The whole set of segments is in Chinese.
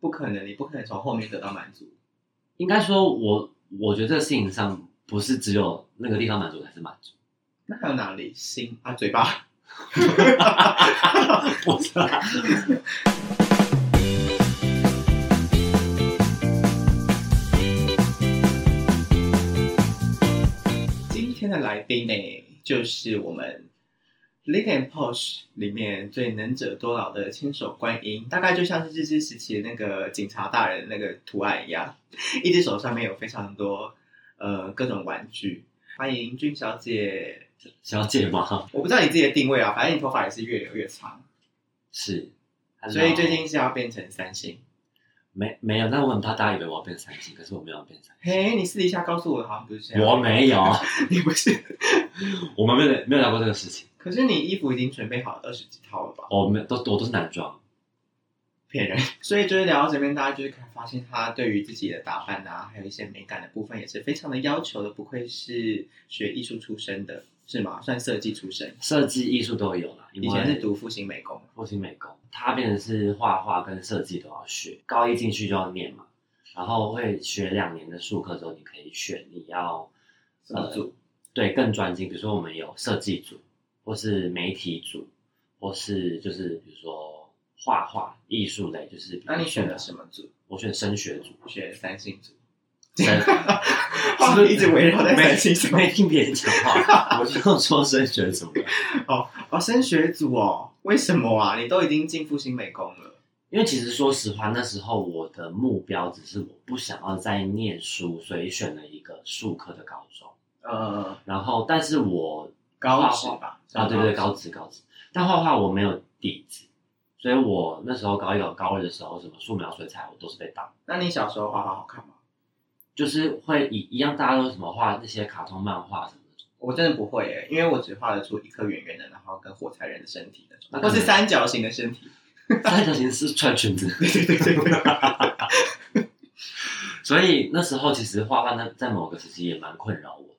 不可能，你不可能从后面得到满足。应该说我，我觉得这事情上不是只有那个地方满足才是满足，那还有哪里？心啊，嘴巴。我知道。今天的来宾呢，就是我们 Lick and Posh 里面最能者多劳的千手观音，大概就像是日治时期的那个警察大人那个图案一样， 一只手上面有非常多呃各种玩具。欢迎君小姐，小姐嘛，我不知道你自己的定位啊，反正你头发也是越留越长，是。啊所以最近是要变成三星。没没有，那我很怕大家以为我要变三星，可是我没有变三星，嘿，你私底下告诉我好像不是这样，我没有， 你不是，我们没有没有聊过这个事情，可是你衣服已经准备好二十几套了吧？我没有都我都是男装，骗人。所以就是聊到这边，大家就是可以发现他对于自己的打扮啊，还有一些美感的部分也是非常的要求的。不愧是学艺术出身的，是吗？算设计出身，设计艺术都有啦，因为以前是读复兴美工。复兴美工，它变成是画画跟设计都要学，高一进去就要念嘛，然后会学两年的术课之后，你可以选你要什么组对更专精，比如说我们有设计组，或是媒体组，或是就是比如说画画艺术类，就是那你选的么？什么组？我选升学 组，学三星组。 升是不是一直围绕在没三星上没听别人讲话，我就说升学组了，哦，升学组哦？为什么啊？你都已经进复兴美工了，因为其实说实话，那时候我的目标只是我不想要再念书，所以选了一个数科的高中。呃，然后，但是我高职吧？啊，对对对，高职高职，但画画我没有底子，所以我那时候高一到高二的时候，什么素描、水彩我都是被挡，那你小时候画画好看吗？就是会一一样，大家都什么画那些卡通漫画什么的，我真的不会耶，因为我只画得出一颗圆圆的，然后跟火柴人的身体那那种，可或能是三角形的身体。 三角形是穿裙子，对对对对。 所以那时候其实画画那在某个时期也蛮困扰我的，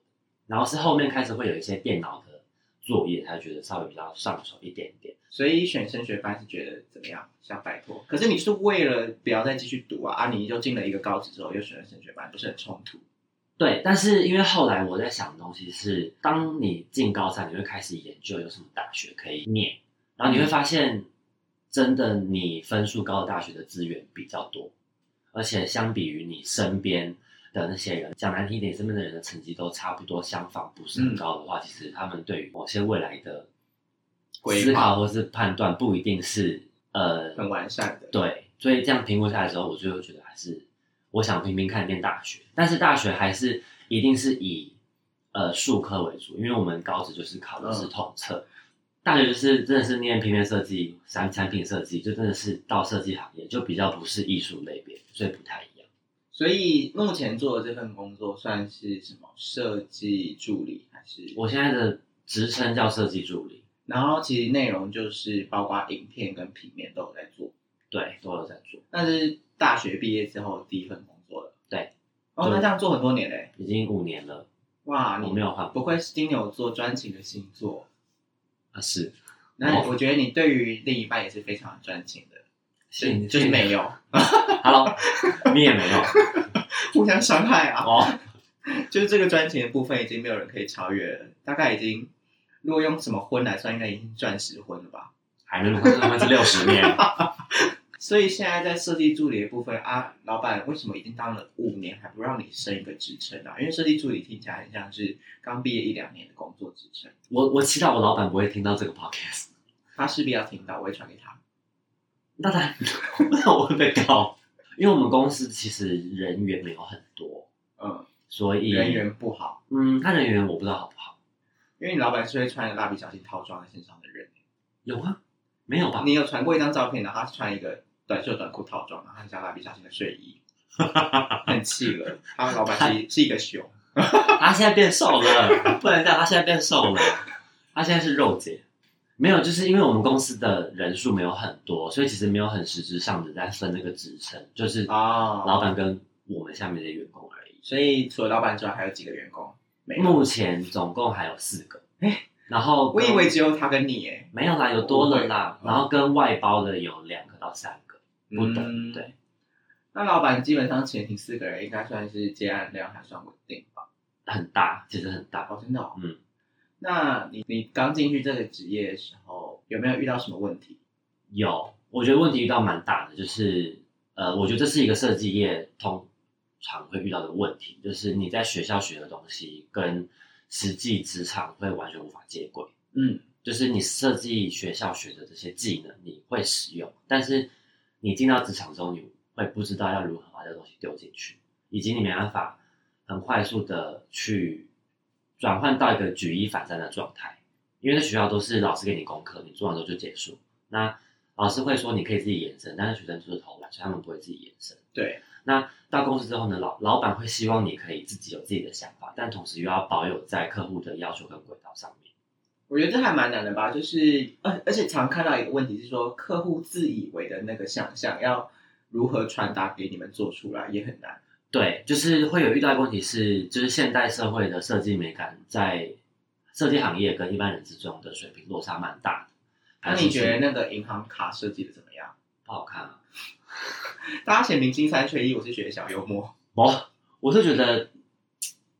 然后是后面开始会有一些电脑的作业，才觉得稍微比较上手一点点。所以选升学班是觉得怎么样？想摆脱，可是你是为了不要再继续读啊，啊，你就进了一个高职之后又选了升学班，不是很冲突？对，但是因为后来我在想的东西是，当你进高三，你会开始研究有什么大学可以念，然嗯后你会发现，真的你分数高的大学的资源比较多，而且相比于你身边的那些人，讲难听一点，身边的人的成绩都差不多，相仿不是很嗯高的话，其实他们对于某些未来的规划思考或是判断不一定是呃很完善的。对，所以这样评估下来之后，我最后觉得还是我想拼拼看念大学，但是大学还是一定是以呃数科为主，因为我们高职就是考的是统测，大学就是真的是念平面设计、产产品设计，就真的是到设计行业，就比较不是艺术类别，所以不太一样。所以目前做的这份工作算是什么？设计助理还是？我现在的职称叫设计助理，然后其实内容就是包括影片跟平面都有在做，对，都有在做，那是大学毕业之后第一份工作了。对。哦，那这样做很多年嘞。已经五年了，哇，我你没有换过不愧是金牛座专情的星座。啊，是，那哦我觉得你对于另一半也是非常专情的，是就就是没有，Hello，你也没有 互相伤害啊。哦。就是这个专情的部分已经没有人可以超越了，大概已经如果用什么婚来算，应该已经钻石婚了吧。还能录他们是六十年，所以现在在设计助理的部分啊，老板为什么已经当了五年还不让你升一个职称啊？因为设计助理听起来很像是刚毕业一两年的工作职称，我我祈祷我老板不会听到这个 podcast，他势必要听到，我会传给他。那他那我会被告，因为我们公司其实人员没有很多，嗯，所以人缘不好，嗯，他人员我不知道好不好，因为你老板是会穿着蜡笔小新套装在身上的人。有吗？没有吧？你有传过一张照片，然后他穿一个短袖短裤套装，然后很像蜡笔小新的睡 衣，很气了。他老板是一是一个熊，他现在变瘦了，不能这样，他现在变瘦了，他现在是肉姐。没有，就是因为我们公司的人数没有很多，所以其实没有很实质上的在分那个职称，就是哦老板跟我们下面的员工而已。所以除了老板之外，还有几个员工？没有，目前总共还有四个，然后我以为只有他跟你诶，没有啦，有多了啦。不会然后跟外包的有两个到三个，不等。嗯对，那老板基本上前庭四个人应该算是接案量还算稳定吧？很大，其实很大。哦，真的、哦。嗯，那你你刚进去这个职业的时候，有没有遇到什么问题？有，我觉得问题遇到蛮大的，就是呃，我觉得这是一个设计业通常会遇到的问题，就是你在学校学的东西跟实际职场会完全无法接轨。嗯，就是你设计学校学的这些技能，你会使用，但是你进到职场中，你会不知道要如何把这个东西丢进去，以及你没办法很快速的去转换到一个举一反三的状态，因为在学校都是老师给你功课，你做完之后就结束。那老师会说你可以自己延伸，但是学生就是偷懒，所以他们不会自己延伸。对，那到公司之后呢，老老板会希望你可以自己有自己的想法，但同时又要保有在客户的要求跟轨道上面。我觉得这还蛮难的吧，就是呃而而且常看到一个问题是说，客户自以为的那个想象要如何传达给你们做出来也很难。对，就是会有遇到一个问题是，就是现代社会的设计美感在设计行业跟一般人之中的水平落差蛮大的。嗯那你觉得那个银行卡设计的怎么样？不好看啊？大家写明星三缺一，我是觉得小幽默。哦，我是觉得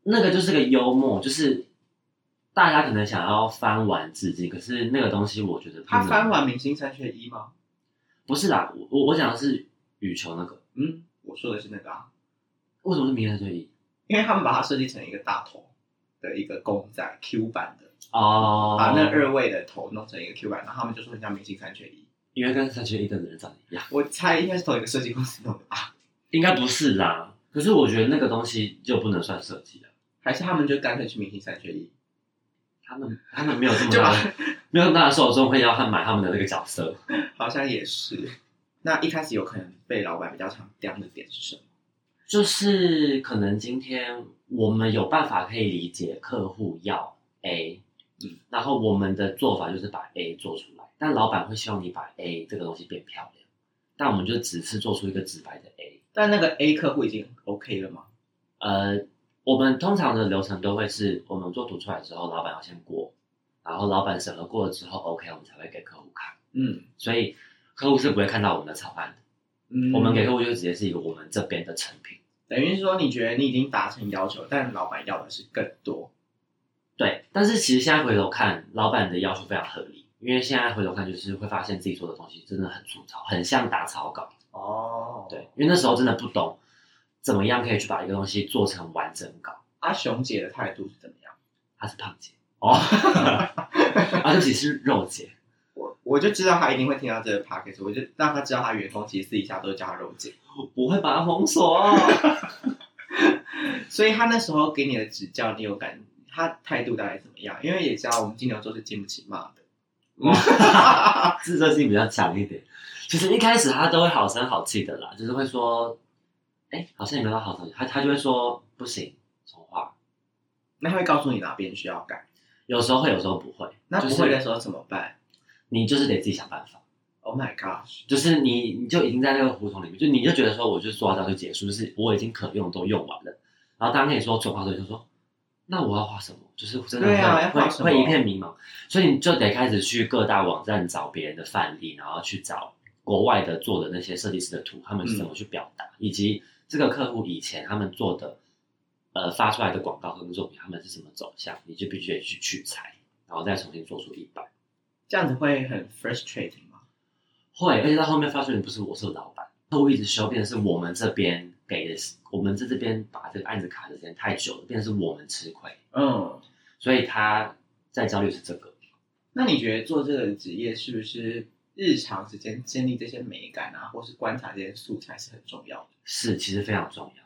那个就是个幽默，就是大家可能想要翻完致敬，可是那个东西我觉得不他能翻完明星三缺一吗？不是啦，我我我讲的是羽球那个，嗯，我说的是那个啊，为什么是明星对一？因为他们把它设计成一个大头的一个公仔 Q 版的，哦，把那二位的头弄成一个 Q 版，然后他们就说很像明星三缺一。因为跟三缺一的人长得一样，我猜应该是同一个设计公司弄的吧，应该不是啦。可是我觉得那个东西就不能算设计了，还是他们就干脆去明星三缺一？他们他们没有这么就大把的， 没有那么大的受众会要他买他们的那个角色。好像也是。那一开始有可能被老板比较常刁的点是什么？就是可能今天我们有办法可以理解客户要 A，嗯，然后我们的做法就是把 A 做出来，但老板会希望你把 A 这个东西变漂亮，但我们就只是做出一个直白的 A。但那个 A 客户已经 OK 了吗？呃，我们通常的流程都会是我们做图出来之后，老板要先过，然后老板审核过了之后 OK，我们才会给客户看，嗯所以客户是不会看到我们的草案的，嗯，我们给客户就直接是一个我们这边的成品。等于是说，你觉得你已经达成要求，但老板要的是更多。对，但是其实现在回头看，老板的要求非常合理，因为现在回头看就是会发现自己做的东西真的很粗糙，很像打草稿。哦，对，因为那时候真的不懂怎么样可以去把一个东西做成完整稿。阿雄姐的态度是怎么样？她是胖姐哦， 啊，对不起是肉姐。我我就知道他一定会听到这个 podcast，我就让他知道他员工其实私底下都叫他柔姐，我不会把它封锁。哦所以他那时候给你的指教，你有感他态度大概怎么样？因为也知道我们金牛座是经不起骂的。嗯 自尊心比较强一点。其实一开始他都会好声好气的啦，就是会说，哎、好像也没有到好声，他他就会说不行，重画。那他会告诉你哪边需要改，有时候会，有时候不会。那就不是会的时候怎么办你就是得自己想办法。 ？Oh my gosh！就是你你就已经在那个胡同里面，就你就觉得说我就做到这样就结束，就是我已经可用都用完了。然后当跟你说转化的时候，就说那我要画什么？就是真的会、对啊要会画什么会一片迷茫，所以你就得开始去各大网站找别人的范例，然后去找国外的做的那些设计师的图，他们是怎嗯么去表达，以及这个客户以前他们做的呃发出来的广告跟作品，他们是什么走向，你就必须得去取材，然后再重新做出一版。这样子会很 frustrating 吗？会，而且到后面发现不是我是老板，客户一直修，变成是我们这边给的，我们在这边把这个案子卡的时间太久了，变成是我们吃亏，嗯，所以他在焦虑是这个。那你觉得做这个职业是不是日常时间建立这些美感啊，或是观察这些素材是很重要的？是，其实非常重要。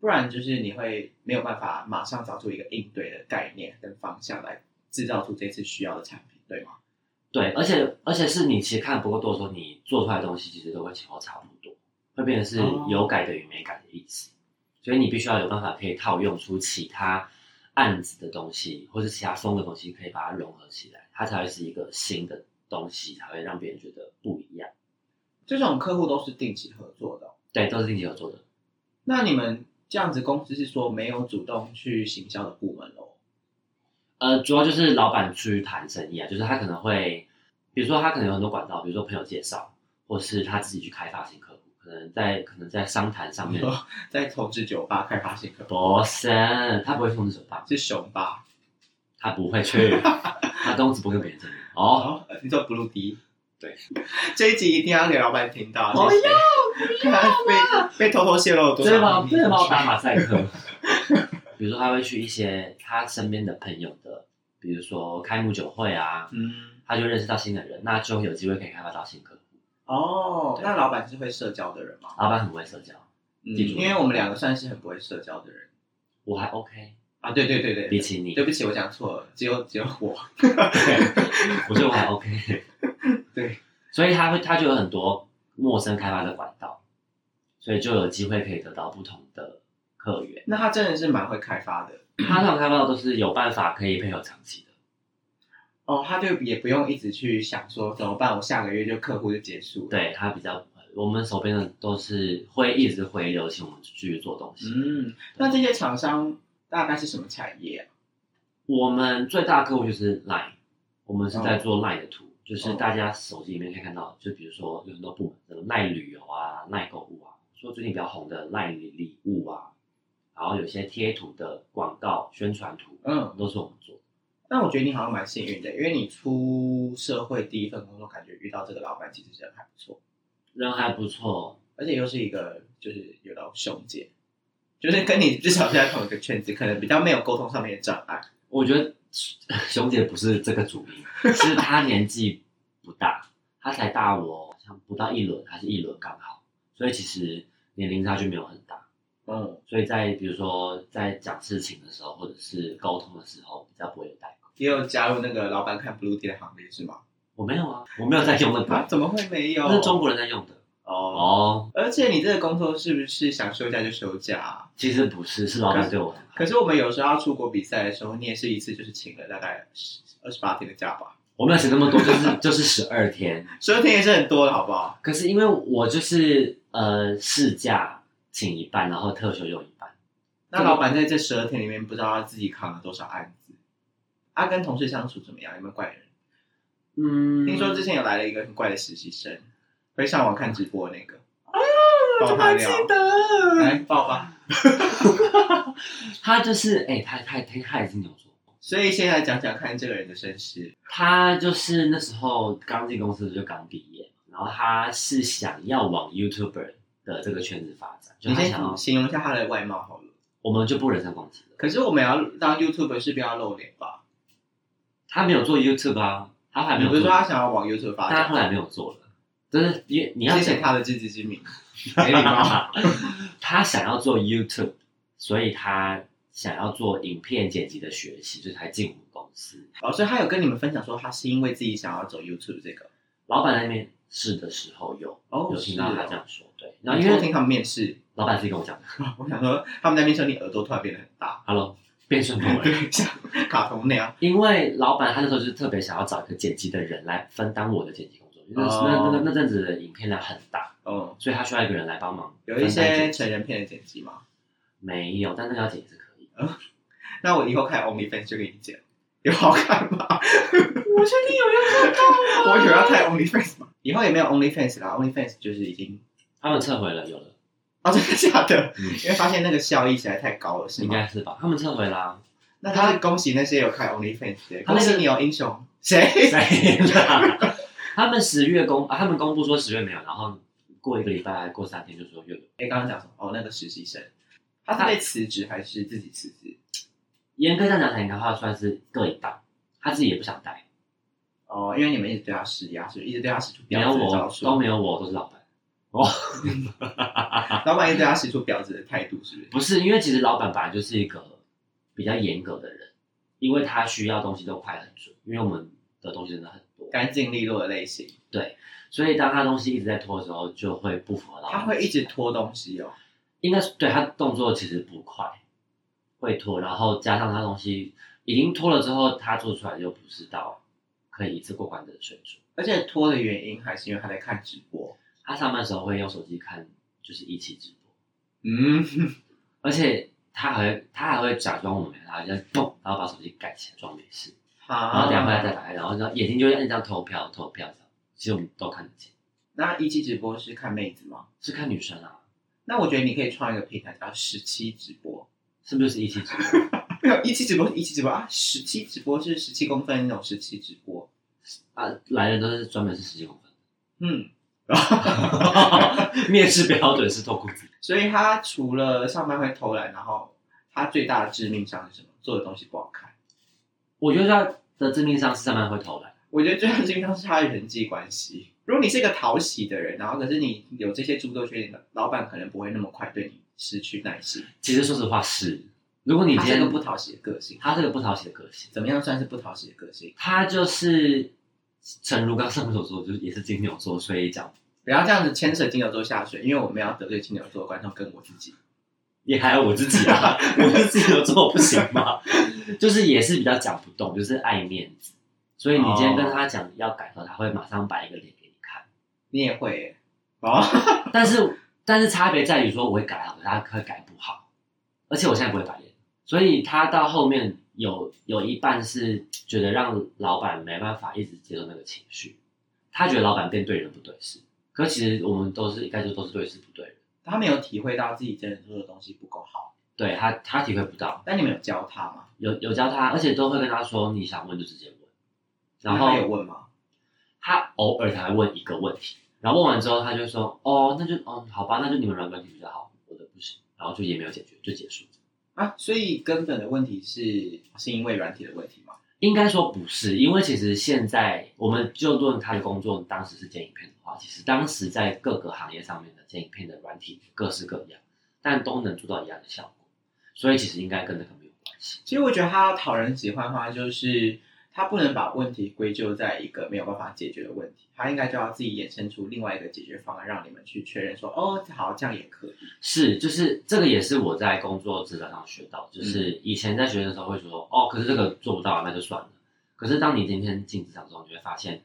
不然就是你会没有办法马上找出一个应对的概念跟方向来制造出这次需要的产品，对吗？对，而且而且是你其实看得不够多的时候，你做出来的东西其实都会前后差不多，会变成是哦有改的与没改的意思。所以你必须要有办法可以套用出其他案子的东西，或是其他风的东西，可以把它融合起来，它才会是一个新的东西，才会让别人觉得不一样。这种客户都是定期合作的哦、对，都是定期合作的。那你们这样子公司是说没有主动去行销的部门哦喽？呃，主要就是老板去谈生意啊，就是他可能会，比如说他可能有很多管道，比如说朋友介绍，或是他自己去开发新客户，可能在可能在商谈上面， 在同志酒吧开发性课，不是，他不会通知酒吧，是熊吧？他不 会去，他都只不会跟别人见面。哦，哦，你说 blue D，对，这一集一定要给老板听到，不谢谢。看 被被偷偷泄露了多对吧？少秘密对吧？ 打马赛克。比如说，他会去一些他身边的朋友的，比如说开幕酒会啊，嗯，他就认识到新的人，那就有机会可以开发到新客户。哦，对那老板是会社交的人吗？老板很会社交，嗯，记住因为我们两个算是很不会社交的人我还 OK，啊。对对对对，比起你对，不起，我讲错了，只有只有我。 我觉得我还 OK。对，所以他会，他就有很多陌生开发的管道，所以就有机会可以得到不同的客源。 那他真的是蛮会开发的他这种开发都是有办法可以配合长期的。哦，他就也不用一直去想说怎么办，我下个月就客户就结束了。对他比较不会，我们手边的都是会一直回流，请我们继续做东西。嗯，那这些厂商大概是什么产业啊？我们最大的客户就是 Line，我们是在做 Line 的图，就是大家手机里面可以看到，就比如说有很多部门，什么 Line 旅游啊、Line 购物啊，说最近比较红的 Line 礼物啊，然后有些贴图的广告宣传图，嗯，都是我们做的。那我觉得你好像蛮幸运的，因为你出社会第一份工作，感觉遇到这个老板其实人还不错，人还不错，而且又是一个就是有到兄姐，就是跟你至少是在同一个圈子，可能比较没有沟通上面的障碍。我觉得熊姐不是这个主因，是她年纪不大，她才大我好像不到一轮，还是一轮刚好，所以其实年龄差距没有很大。嗯，所以在比如说在讲事情的时候，或者是沟通的时候，比较不会有代沟。也有加入那个老板看 Blue D 的行列是吗？我没有啊，我没有在用那啊，个，怎么会没有？那是中国人在用的。哦。哦，而且你这个工作是不是想休假就休假啊？其实不是，是老板对我很好。可是我们有时候要出国比赛的时候，你也是一次就是请了大概二十八天的假吧，我没有请那么多，就是就是十二天。十二天也是很多了，好不好？可是因为我就是呃试假请一半，然后特休用一半。那老板在这十二天里面，不知道他自己扛了多少案子。他、跟同事相处怎么样？有没有怪人？嗯，听说之前有来了一个很怪的实习生，会上网看直播那个，我爆他还料记，得，来爆吧。他就是哎、他他他他也是牛座，所以现在讲讲看这个人的身世。他就是那时候刚进公司就刚毕业，然后他是想要往 YouTuber 的这个圈子发展，就你他先想要，形容一下他的外貌好了。我们就不人身攻击了。可是我们要当 YouTube 是不要露脸吧？他没有做 YouTube 啊，他还你没有不是做，说他想要往 YouTube 发但他后展？来没有做了，就是因为你要谢谢想他的自知之明，没礼貌。 他想要做 YouTube，所以他想要做影片剪辑的学习，就是才进我们公司。哦，所以他有跟你们分享说，他是因为自己想要走 YouTube 这个。老板在那边试的时候有哦，有听到他这是哦样说，对。然后因你偷听为他们面试，老板自己跟我讲的 我想说，他们在面试，你耳朵突然变得很大， ，Hello，变顺风了。对，像卡通那样。因为老板他那时候就是特别想要找一个剪辑的人来分担我的剪辑工作，因为那、哦那那那阵子的影片量很大，嗯，所以他需要一个人来帮忙分有担一些剪辑成人片的剪辑嘛。没有，但那个要剪也是可以。那我以后看 OnlyFans 就给你剪，有好看吗？ 我确定有要看到啊我有要看 OnlyFans 吗？以后也没有 OnlyFans 啦，OnlyFans 就是已经他们撤回了，有了，哦，真的假的？嗯因为发现那个效益实在太高了，是应吗？该是吧？他们撤回啦， 那他恭喜那些有开 OnlyFans 的，他恭那个喜你哦有英雄谁？谁啦？他们十月公、啊，他们公布说十月没有，然后过一个礼拜、过三天就说又有，哎，刚刚讲什么？哦，那个实习生，他是被辞职还是自己辞职？严格上讲起来的话，算是各一半，他自己也不想带，哦，因为你们一直对他施压，所以一直对他使出没婊有子的招我数，都没有我，都是老板。哦，老板也对他使出婊子的态度，是不是？不是，因为其实老板本来就是一个比较严格的人，因为他需要东西都快很准，因为我们的东西真的很多，干净利落的类型，所以当他东西一直在拖的时候，就会不符合老板。他会一直，拖东西哦。应该是对他动作其实不快，会拖，然后加上他东西已经拖了之后，他做出来又不是到可以一次过关的水准。而且拖的原因还是因为他在看直播。他上班的时候会用手机看，就是一起直播，嗯，而且他还会他还会假装我们没看到，就嘣，然后把手机盖起来装没事。好。哦然后两个人再打开，然后就眼睛就会按这样投票投票这样，其实我们都看得见。那一期直播是看妹子吗？是看女生啊，那我觉得你可以创一个平台叫十七直播，是不是就是一起直播？没有一期直播是一期直播啊，十七直播是十七公分那种十七直播， 啊，来的都是专门是十几公嗯，分，面试标准是脱裤子。所以他除了上班会偷懒，然后他最大的致命伤是什么？做的东西不好看。我觉得他的致命伤是上班会偷懒，我觉得最大的致命伤是他的人际关系。如果你是一个讨喜的人，然后可是你有这些诸多缺点，老板可能不会那么快对你失去耐心。其实说实话是，如果你他今是天个不讨喜的个性，他这个不讨喜的个性，怎么样算是不讨喜的个性？他就是诚如刚上面所说，就是也是金牛座，所以讲不要这样子牵扯金牛座下水，因为我们要得罪金牛座的观众跟我自己。也还有我自己啊，我是金牛座不行吗？就是也是比较讲不动，就是爱面子，所以你今天跟他讲要改的时候，他会马上摆一个脸给你看。你也会耶哦， 但是但是差别在于说我会改好，可是他会改不好，而且我现在不会摆脸，所以他到后面有有一半是觉得让老板没办法一直接受那个情绪，他觉得老板变对人不对事，可其实我们都是应该就都是对事不对人，他没有体会到自己真的做的东西不够好，对他他体会不到，但你们有教他吗？有有教他，而且都会跟他说你想问就直接问，然那他有后问吗？他偶尔才会问一个问题，然后问完之后他就说哦那就哦好吧那就你们软问题比较好，我的不行，然后就也没有解决就结束。啊，所以根本的问题是是因为软体的问题吗？应该说不是，因为其实现在我们就论他的工作，当时是剪影片的话，其实当时在各个行业上面的剪影片的软体各式各样，但都能做到一样的效果，所以其实应该跟那个没有关系。其实我觉得他要讨人喜欢的话，就是他不能把问题归咎在一个没有办法解决的问题，他应该就要自己衍生出另外一个解决方案，让你们去确认说，哦，好，这样也可以。是，就是这个也是我在工作职场上学到，就是嗯以前在学生的时候会说，哦，可是这个做不到，那就算了。可是当你今天进职场之后，你会发现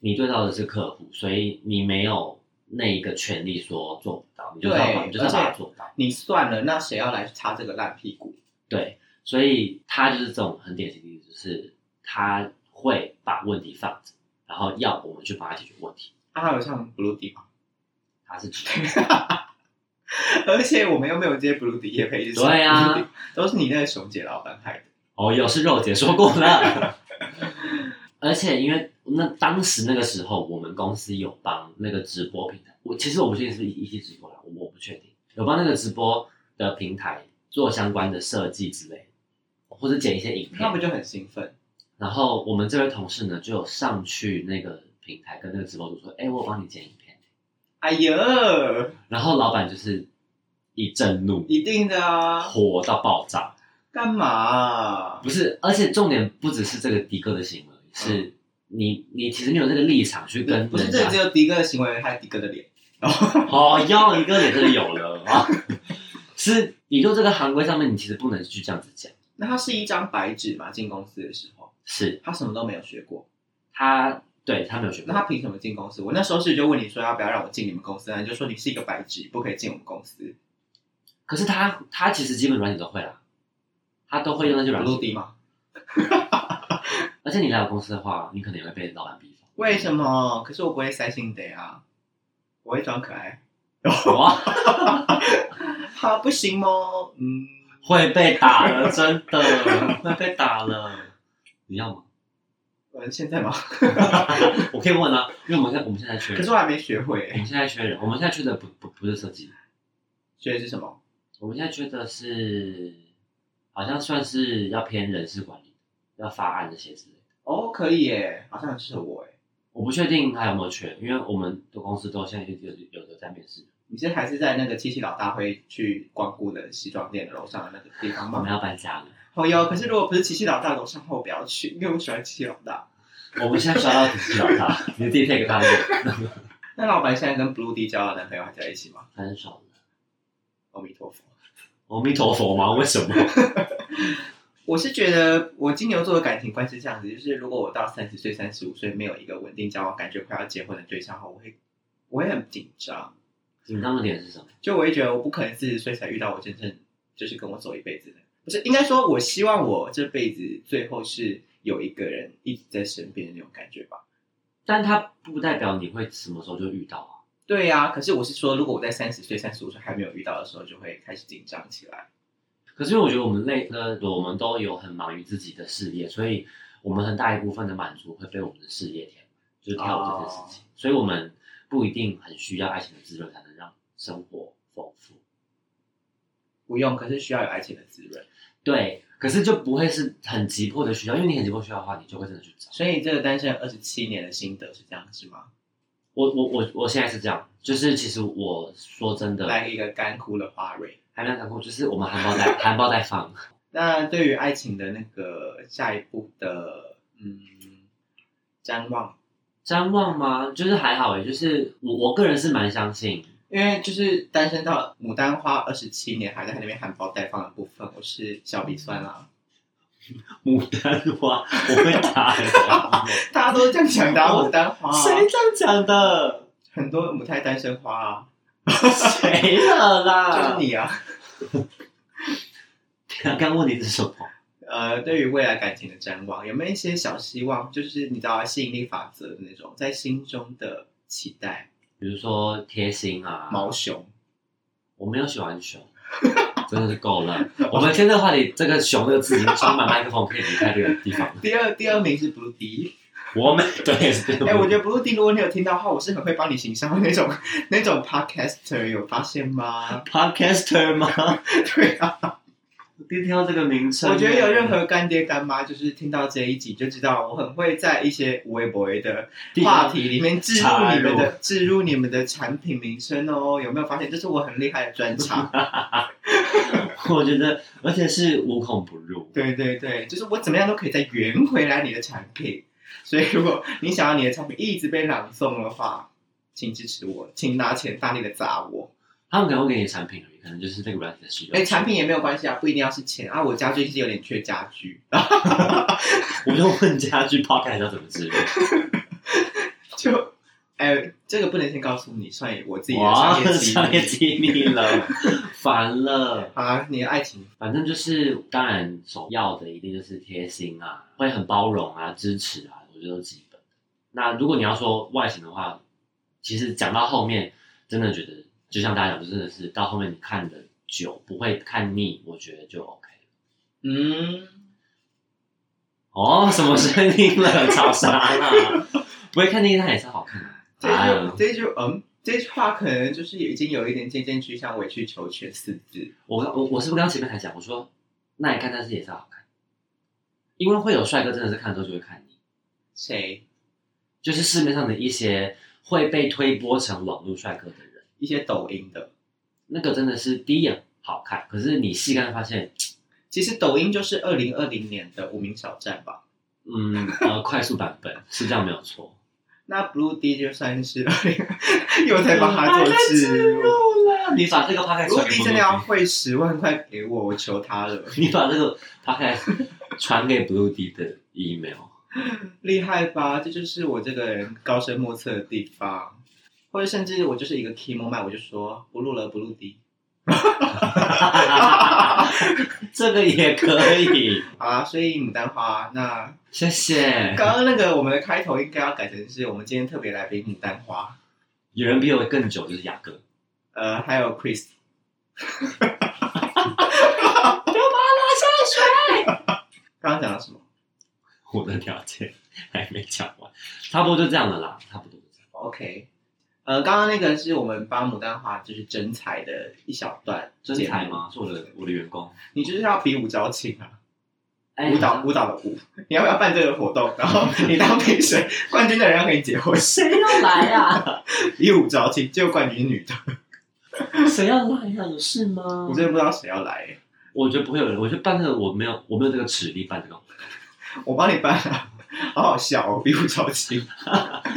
你对到的是客户，所以你没有那一个权利说做不到，你就是要把对你就是要把而它且做到。你算了，那谁要来擦这个烂屁股？ 对，所以他就是这种很典型的例子，就是他会把问题放着，然后要我们去帮他解决问题。啊，他有像 Blue D 吗？他是直 啊而且我们又没有接 Blue D 也配置，对啊，都是你那个熊姐老板害的。哦，有是肉姐说过了。 而且因为那当时那个时候，我们公司有帮那个直播平台，我其实我不确定是不是一期直播啦，我我不确定有帮那个直播的平台做相关的设计之类的，或者剪一些影那片不。就很兴奋？然后我们这位同事呢，就有上去那个平台跟那个直播主说：“哎，我有帮你剪影片。”哎呦，然后老板就是一阵怒，一定的啊，火到爆炸。干嘛啊、不是，而且重点不只是这个迪哥的行为，是你你其实你有这个立场去跟不是，人这只家。有迪哥的行为，还有迪哥的脸。哦，要一个脸真的有了啊！ 是你做这个行规上面，你其实不能去这样子讲。那他是一张白纸嘛？进公司的时候，是他什么都没有学过，他对他没有学那过，他凭什么进公司？我那时候是就问你说要不要让我进你们公司，啊那你就说你是一个白纸，不可以进我们公司。可是他他其实基本软体都会啦，他都会用那些软落体。地吗？而且你来我公司的话，你可能也会被老板逼疯。为什么？可是我不会塞性的呀，我会装可爱。 哇，好，不行吗？嗯，会被打了，真的会被打了。你要吗？ 呃，现在吗？ 我可以问啊，因为我们现在我们现在缺可人，是我还没学会我欸，们现在缺人，我们现在缺的不不不是设计，学的是什么？我们现在缺的是好像算是要偏人事管理，要发案这些之类的。哦，可以耶，好像很适合我哎。我不确定还有没有缺，因为我们的公司都现在有有有的在面试，你是还是在那个七七老大会去光顾的西装店的楼上的那个地方我吗们？要搬家了，哦哟，可是如果不是七七老大楼上的话，我不要去，因为我喜欢七七老大。我们现在需要到体系老大，你的 take 他们那老板现在跟 Blue D 交的男朋友还在一起吗？分手了，阿弥陀佛。阿弥陀佛吗？为什么？我是觉得我金牛座的感情观是这样子，就是如果我到三十岁、三十五岁没有一个稳定交往、感觉快要结婚的对象后，我会我会很紧张，紧张的点是什么？就我会觉得我不可能四十岁才遇到我真正就是跟我走一辈子的，不是应该说，我希望我这辈子最后是有一个人一直在身边的那种感觉吧。但它不代表你会什么时候就遇到啊。对呀、可是我是说，如果我在三十岁、三十五岁还没有遇到的时候，就会开始紧张起来。可是因为我觉得我们累的，我们都有很忙于自己的事业，所以我们很大一部分的满足会被我们的事业填满，就是跳舞这件事情。所以我们不一定很需要爱情的滋润才能让生活丰富。不用，可是需要有爱情的滋润。对，可是就不会是很急迫的需要，因为你很急迫需要的话，你就会真的去找。所以这个单身二十七年的心得是这样是吗？我我我我现在是这样，就是其实我说真的，来一个干枯的花蕊。还没有谈过，就是我们含苞待 含苞待放。那对于爱情的那个下一步的嗯展望，展望吗？就是还好诶，就是我我个人是蛮相信，因为就是单身到牡丹花二十七年，还在那边含苞待放的部分，我是小鼻酸啊啦。牡丹花，我会打人。 大家都这样讲的啊，牡丹 花啊，谁这样讲的？很多母胎单身花啊，谁的啦？就是你啊。刚刚问你是什么？呃，对于未来感情的展望，有没有一些小希望？就是你知道吸引力法则的那种，在心中的期待。比如说贴心啊，毛熊，我没有喜欢熊，真的是够了。 我们今天的话题，这个熊这个字已经装满麦克风，可以离开这个地方了。第二第二名是 Blue D。我们 对，是这个哎、我觉得 Blue D，如果你有听到的话，我是很会帮你行销的那种 那种 podcaster，有发现吗？ podcaster 吗？ 对啊，第一次听到这个名称，我觉得有任何干爹干妈，就是听到这一集就知道，我很会在一些微博的地话方题里面置入插你们入的置入你们的产品名称哦。有没有发现？这是我很厉害的专 长。我觉得，而且是无孔不入。对对对，就是我怎么样都可以再圆回来你的产品。所以，如果你想要你的产品一直被朗诵的话，请支持我，请拿钱大力的砸我。他们可能会给你产品而已，可能就是这个软体的使用。哎、产品也没有关系啊，不一定要是钱啊。我家最近是有点缺家具， 然后我就问家具 podcast 要怎么植入？ 就哎、这个不能先告诉你，算我自己的哇商业机商业密。机密了，烦了。好啊，你的爱情反正就是，当然首要的一定就是贴心啊，会很包容啊，支持啊，我觉得都基本。那如果你要说外形的话，其实讲到后面，真的觉得就像大家讲，真的是到后面你看的久，不会看腻，我觉得就 OK 了。嗯，哦，什么声音了？吵啥啦？不会看腻，它也是好看这的。哎就呀，这就嗯，这句话可能就是已经有一点渐渐趋向委曲求全四字。我我我是不是刚前面才讲，我说耐看，但是也是好看，因为会有帅哥真的是看的时候就会看你。谁就是市面上的一些会被推播成网络帅哥的人，一些抖音的，那个真的是第一眼好看，可是你细看发现，其实抖音就是二零二零年的无名小站吧。嗯，呃，快速版本是这样没有错。那 Blue D 就算是 又在帮嗯他做植入。了，你把这个 p o d Blue D 传给真的要 Blue 汇十万块给我，我求他了。 D，你把这个 p o d 传给 Blue D 的 email。 厉害吧？这就是我这个人高深莫测的地方，或者甚至我就是一个 key moment，我就说不录了，不录的。这个也可以，好啦，所以牡丹花，那谢谢。刚刚那个我们的开头应该要改成是我们今天特别来宾牡丹花，有人比我更久，就是雅各。呃，还有 Chris，刚刚讲了什么？我的条件还没讲完，差不多就这样了啦，差不多就这样。 OK，呃，刚刚那个是我们帮牡丹花就是征才的一小段，真才？吗？是我的我的员工。你就是要比武招亲啊，哎舞蹈舞蹈的舞，你要不要办这个活动？然后你当评审，冠军的人要跟你结婚，谁要来啊？比武招亲，结果冠军是女的，谁要来啊？有事吗我真的不知道谁要来欸，我觉得不会有人，我觉得办这个我没有，我没有这个实力办这个。我帮你办啊，好好笑哦，比武招亲。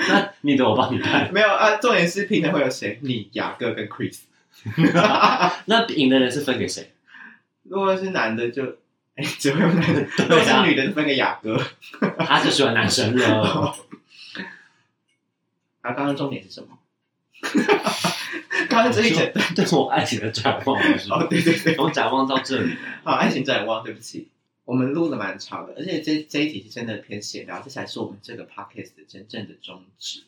那你的我帮你办。没有啊，重点是评审会有谁？你、雅各跟 Chris。那赢的人是分给谁？如果是男的就，哎，只会有男 的；啊如果是女的，就分给雅各。他就喜欢男生了。 啊，刚刚重点是什么？ 刚刚这一整对我爱情的展望，我是哦，对对对，从展望到这里。好，爱情展望，对不起。我们录的蛮长的，而且这这一集是真的偏闲聊，这才是我们这个 podcast 的真正的宗旨。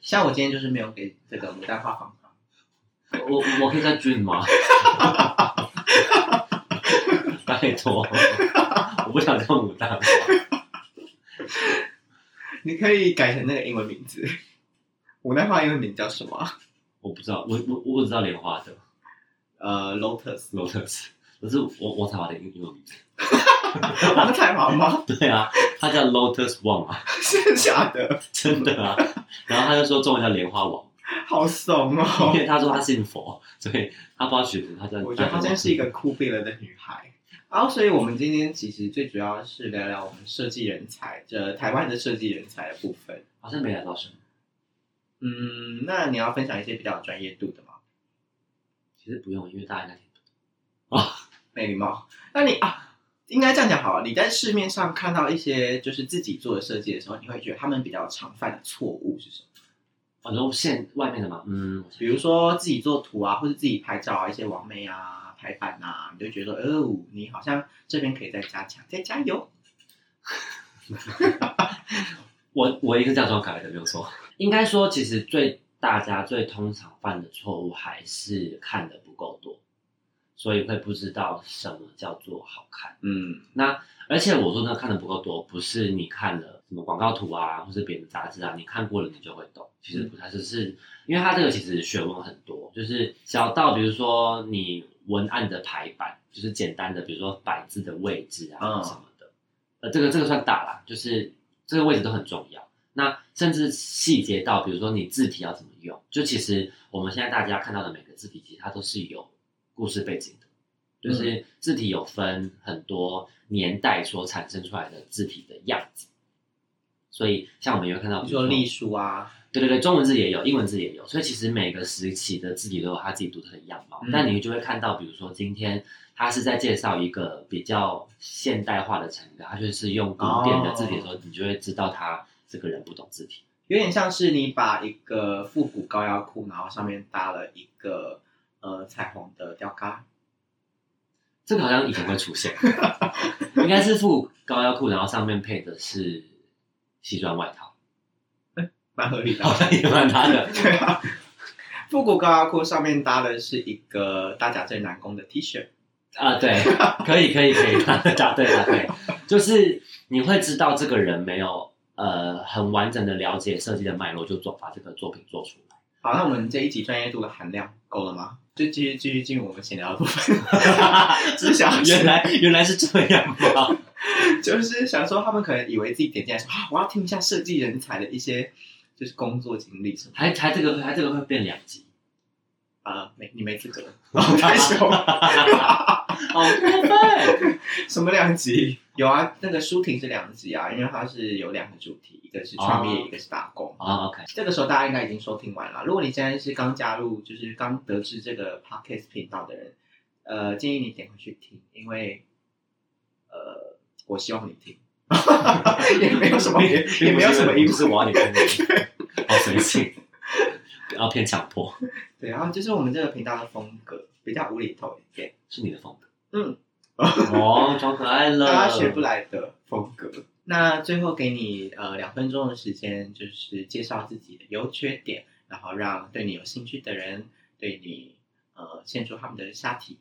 像我今天就是没有给这个牡丹花放糖，我我我可以叫 June 吗？ 拜托，我不想叫牡丹花。你可以改成那个英文名字。牡丹花英文名叫什么啊？我不知道，我我我只知道莲花的呃，Lotus。 Lotus，可是我我才华的英英文名字。王彩华 吗？对啊，他叫 Lotus Wang 啊，是假的，真的啊。然后他就说中文叫莲花王，好怂 因哦！为他说他信佛，所以他不知道取名，他叫。我觉得她真是一个酷毙了的女孩。然后，所以我们今天其实最主要是聊聊我们设计人才，这台湾的设计人才的部分。好像没聊到什么，嗯，那你要分享一些比较有专业度的吗？其实不用，因为大家应该听不懂。没礼貌。那你啊，应该这样讲好了。你在市面上看到一些就是自己做的设计的时候，你会觉得他们比较常犯的错误是什么？反正现外面的嘛，嗯，比如说自己做图啊，或者自己拍照啊，一些网美啊、排版啊，你就觉得哦，你好像这边可以再加强，再加油。我我一个嫁妆改来的，没有错。应该说，其实最大家最通常犯的错误还是看的不够多，所以会不知道什么叫做好看。嗯那而且我说那看的不够多，不是你看了什么广告图啊，或是别的杂志啊，你看过了你就会懂。其实不太是，是因为它这个其实学问很多，就是小到比如说你文案的排版，就是简单的，比如说百字的位置啊嗯什么的，呃，这个这个算大啦，就是这个位置都很重要。那甚至细节到，比如说你字体要怎么用，就其实我们现在大家看到的每个字体，其实它都是有故事背景的，就是字体有分很多年代所产生出来的字体的样子。所以，像我们也会看到，你比说如隶书啊，对对对，中文字也有，英文字也有，所以其实每个时期的字体都有它自己独特的样貌。嗯但你就会看到，比如说今天它是在介绍一个比较现代化的产品，它就是用古典的字体的时候，你就会知道他这个人不懂字体。有点像是你把一个复古高腰裤，然后上面搭了一个呃彩虹的吊嘎。这个好像以前会出现， 应该是复古高腰裤，然后上面配的是西装外套，蛮合理 的啊好。像也蛮搭 的。对啊，复古高腰裤上面搭的是一个大甲镇南宫的 T 恤。啊，对，可以，可以，可以，答答对，答 对，就是你会知道这个人没有呃很完整的了解设计的脉络，就做把这个作品做出来。好，那我们这一集专业度的含量够了吗？就继续继续进入我们闲聊的部分。 只想要原来原来是这样 吗？就是想说，他们可能以为自己点进来说啊，我要听一下设计人才的一些就是工作经历什么还还这个还这个会变两集，啊，没你没资格， 好害羞，好过分！什么两集？有啊，那个舒婷是两集啊，因为它是有两个主题，一个是创业，哦一个是打工。啊，OK，这个时候大家应该已经收听完了。如果你现在是刚加入，就是刚得知这个 podcast 频道的人，呃，建议你点回去听，因为呃，我希望你听， 也没有什么，也也没有什么因意素思，我要你哦看你，好随性，然后偏强迫，对，然后就是我们这个频道的风格比较无厘头一点，是你的风格。嗯，哦，超可爱了，大家学不来的风格。那最后给你呃两分钟的时间，就是介绍自己的优缺点，然后让对你有兴趣的人对你呃献出他们的下体。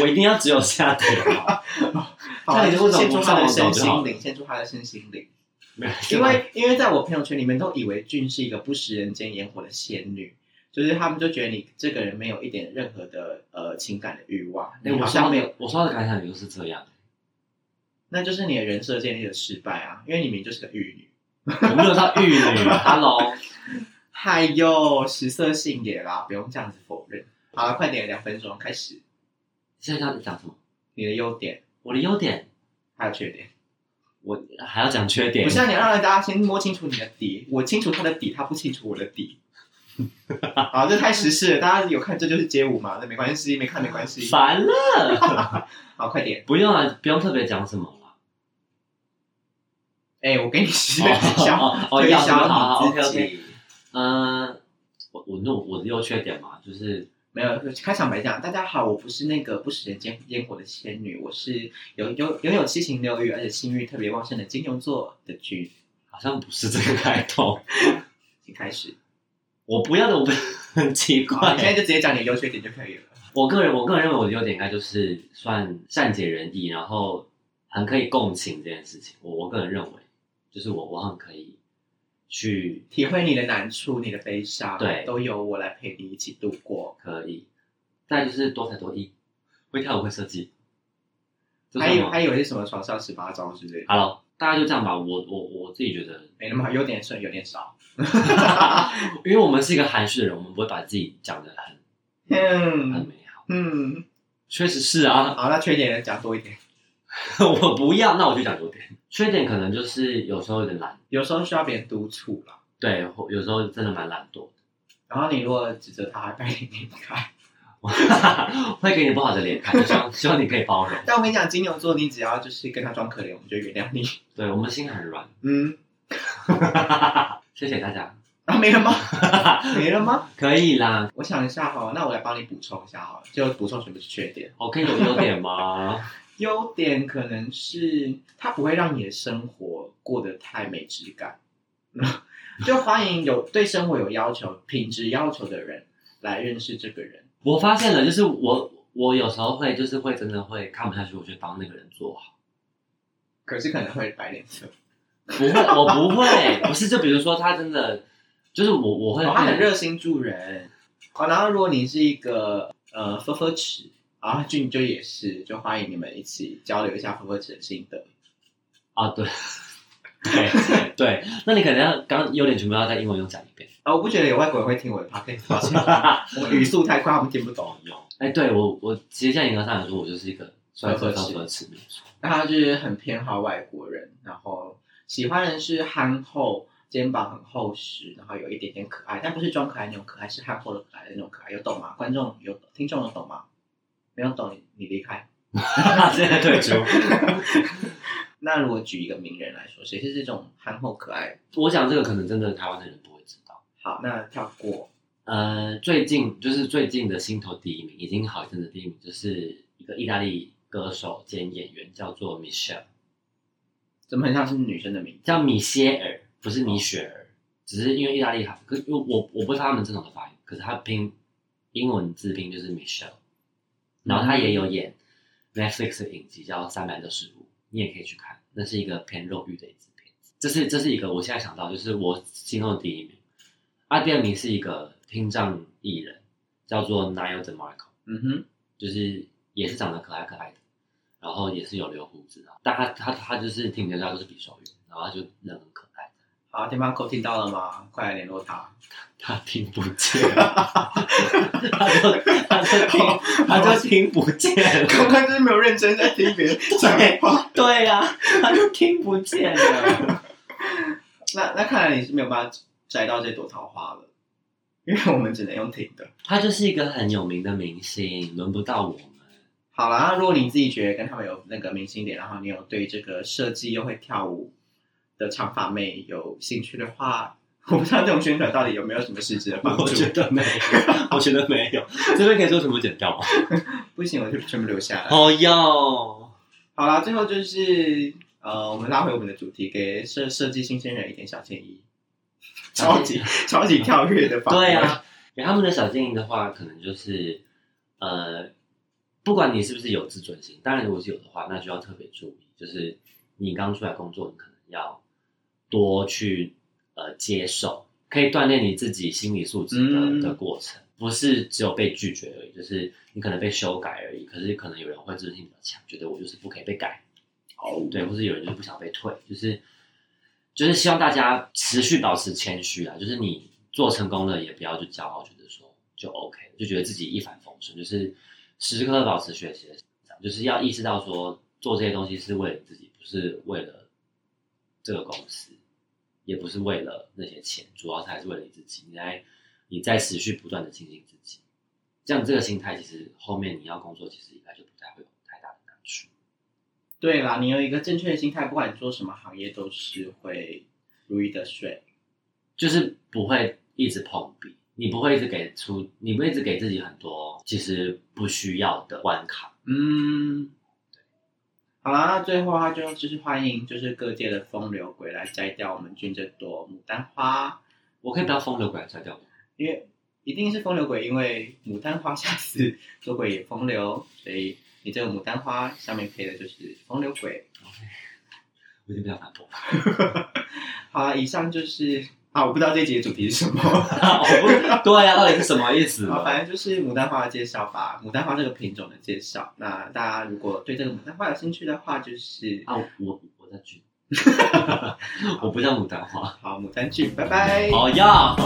我一定要只有下啊体吗？好那你就为什么献出他的不上身网找就好心灵，献出他的身心灵。没有因为因为在我朋友圈里面都以为俊是一个不食人间烟火的仙女。就是他们就觉得你这个人没有一点任何的呃情感的欲望，哎、你好我说像没有的，我说的感想就是这样，那就是你的人设建立的失败啊，因为你明明就是个玉女。我没有到玉女啊 ，Hello，嗨哟，食色性也啦，不用这样子否认。好了，快点，两分钟开始，现在要讲什么？你的优点我的优点，还有缺点。我还要讲缺点我，现在你让大家先摸清楚你的底，我清楚他的底，他不清楚我的 底。好，这太时事了，大家有看这就是街舞嘛，那没关系，没看没关系。烦了，好，快点，不用啊，不用特别讲什么了。哎、我给你时哦间想哦哦，推要销好好你自 OK 己呃 OK。嗯、我我那我的优缺点嘛，就是没有开场白讲，大家好，我不是那个不食人间烟火的仙女，我是有有拥有七情六欲，而且性欲特别旺盛的金牛座的剧，好像不是这个开头。请开始。我不要的，我不很 奇好，啊你现在怪。就直接讲你的优缺点就可以了。我个人，我个人认为我的优点应该就是算善解人意，然后很可以共情这件事情。我我个人认为，就是我我很可以去体会你的难处，你的悲伤，对都由我来陪你一起度过。可以。再就是多才多艺，会跳舞会设计。这还算有吗还有一些什么床上十八招之类的， Hello，大家就这样吧。我我我自己觉得，没那么好，优点是有点少。因为我们是一个含蓄的人，我们不会把自己讲的很很嗯美好。嗯，确实是啊， 好，那缺点讲多一点。我不要，那我就讲优点。缺点可能就是有时候有点懒，有时候需要别人督促啦，对，或有时候真的蛮懒惰然后你如果指责他，还拜你离开。的， 会给你不好的脸看，就希望希望你可以包容。 但我跟你讲，金牛座，你只要就是跟他装可怜，我们就原谅 你。对我们心很软，嗯，谢谢大家。啊，没了 吗？没了吗？可以啦，我想一下哈，那我来帮你补充一下哈，就补充什么是缺点。我可以有优点吗？ 优点可能是它不会让你的生活过得太没质感， 就欢迎有对生活有要求、品质要求的人来认识这个人。我发现了，就是我我有时候会就是会真的会看不下去，我就帮那个人做好。可是可能会白脸色，不会，我不会，不是就比如说他真的就是我我会哦，他很热心助人。哦，然后如果你是一个呃分分尺，然后俊就也是，就欢迎你们一起交流一下分分尺的心得。啊，对。对对，那你可能要刚优点全部要在英文中讲一遍。啊、我不觉得有外国人会听我的 podcast，抱歉我语速太快，他们听不懂。哎，对我我其实在严格上来说，我就是一个算是合算适合吃没错。 那他就是很偏好外国人，然后喜欢人是憨厚，肩膀很厚实，然后有一点点可爱，但不是装可爱那种可爱，是憨厚的可爱的那种可爱，有懂吗？观众有听众有懂吗？没有懂你你离开。现在退出。那如果举一个名人来说，谁是这种憨厚可爱？我想这个可能真的台湾的人不会知道。好，那跳过。呃，最近就是最近的心头第一名，已经好一阵子第一名，就是一个意大利歌手兼演员，叫做 Michelle，怎么很像是女生的名字？叫米歇尔，不是米雪儿，只是因为意大利好，可因为我我不知道他们正统的发音，可是他拼英文字拼就是 Michelle，然后他也有演 Netflix 的影集叫《三百六十五》，你也可以去看，那是一个偏肉欲的一支片子。这是这是一个我现在想到，就是我心中的第一名。啊，第二名是一个听障艺人，叫做 Niall DeMarco，嗯哼，就是也是长得可爱可爱的，然后也是有留胡子的，啊但他他他就是听人家都是比手语，然后他就人很可爱，好，天猫口听到了吗？快来联络他。他听不见， 他就他就听他就听不见了。刚刚就是没有认真在听别人讲话。 对呀、他就听不见了。那那看来你是没有办法摘到这朵桃花了，因为我们只能用听的。他就是一个很有名的明星，轮不到我们。好啦，那如果你自己觉得跟他们有那个明星点，然后你有对这个设计又会跳舞的长发妹有兴趣的话，我不知道这种宣传到底有没有什么实质的帮助我。觉得没有， 我觉得没有。这边可以做什么剪掉吗？不行，我就全部留下来。哦哟，好啦，最后就是呃，我们拉回我们的主题，给设设计新鲜人一点小建议。超 级超级跳跃的访问对呀、，给他们的小建议的话，可能就是呃，不管你是不是有自尊心，当然如果是有的话，那就要特别注意，就是你刚出来工作，你可能要多去呃接受，可以锻炼你自己心理素质的、嗯的过程，不是只有被拒绝而已，就是你可能被修改而已。可是可能有人会自尊心比较强，觉得我就是不可以被改，哦，对，或是有人就是不想被退，就是就是希望大家持续保持谦虚啊，就是你做成功了，也不要就骄傲，觉得说就 OK，就觉得自己一帆风顺，就是时时刻刻保持学习的成长，就是要意识到说做这些东西是为了自己，不是为了这个公司，也不是为了那些钱，主要是还是为了你自己，你在你在持续不断的精进自己。这样这个心态，其实后面你要工作，其实应该就不太会有太大的难处。对啦，你有一个正确的心态，不管你做什么行业，都是会如鱼得水。就是不会一直碰壁，你不会一直给出，你不会一直给自己很多多其实不需要的关卡。嗯，好啦，那最后他就就是欢迎就是各界的风流鬼来摘掉我们郡这朵牡丹花，我可以不要风流鬼来摘掉吗？因为一定是风流鬼，因为牡丹花下死，做鬼也风流，所以你这个牡丹花上面配的就是风流鬼。我已经比较反驳了。好啦，以上就是啊，我不知道这集的主题是什么， 我不对呀、啊到底是什么意 思？好，反正就是牡丹花的介绍吧，牡丹花这个品种的介绍。那大家如果对这个牡丹花有兴趣的话，就是啊，我我 在剧，我不叫牡丹花。好牡丹剧，拜拜。好呀。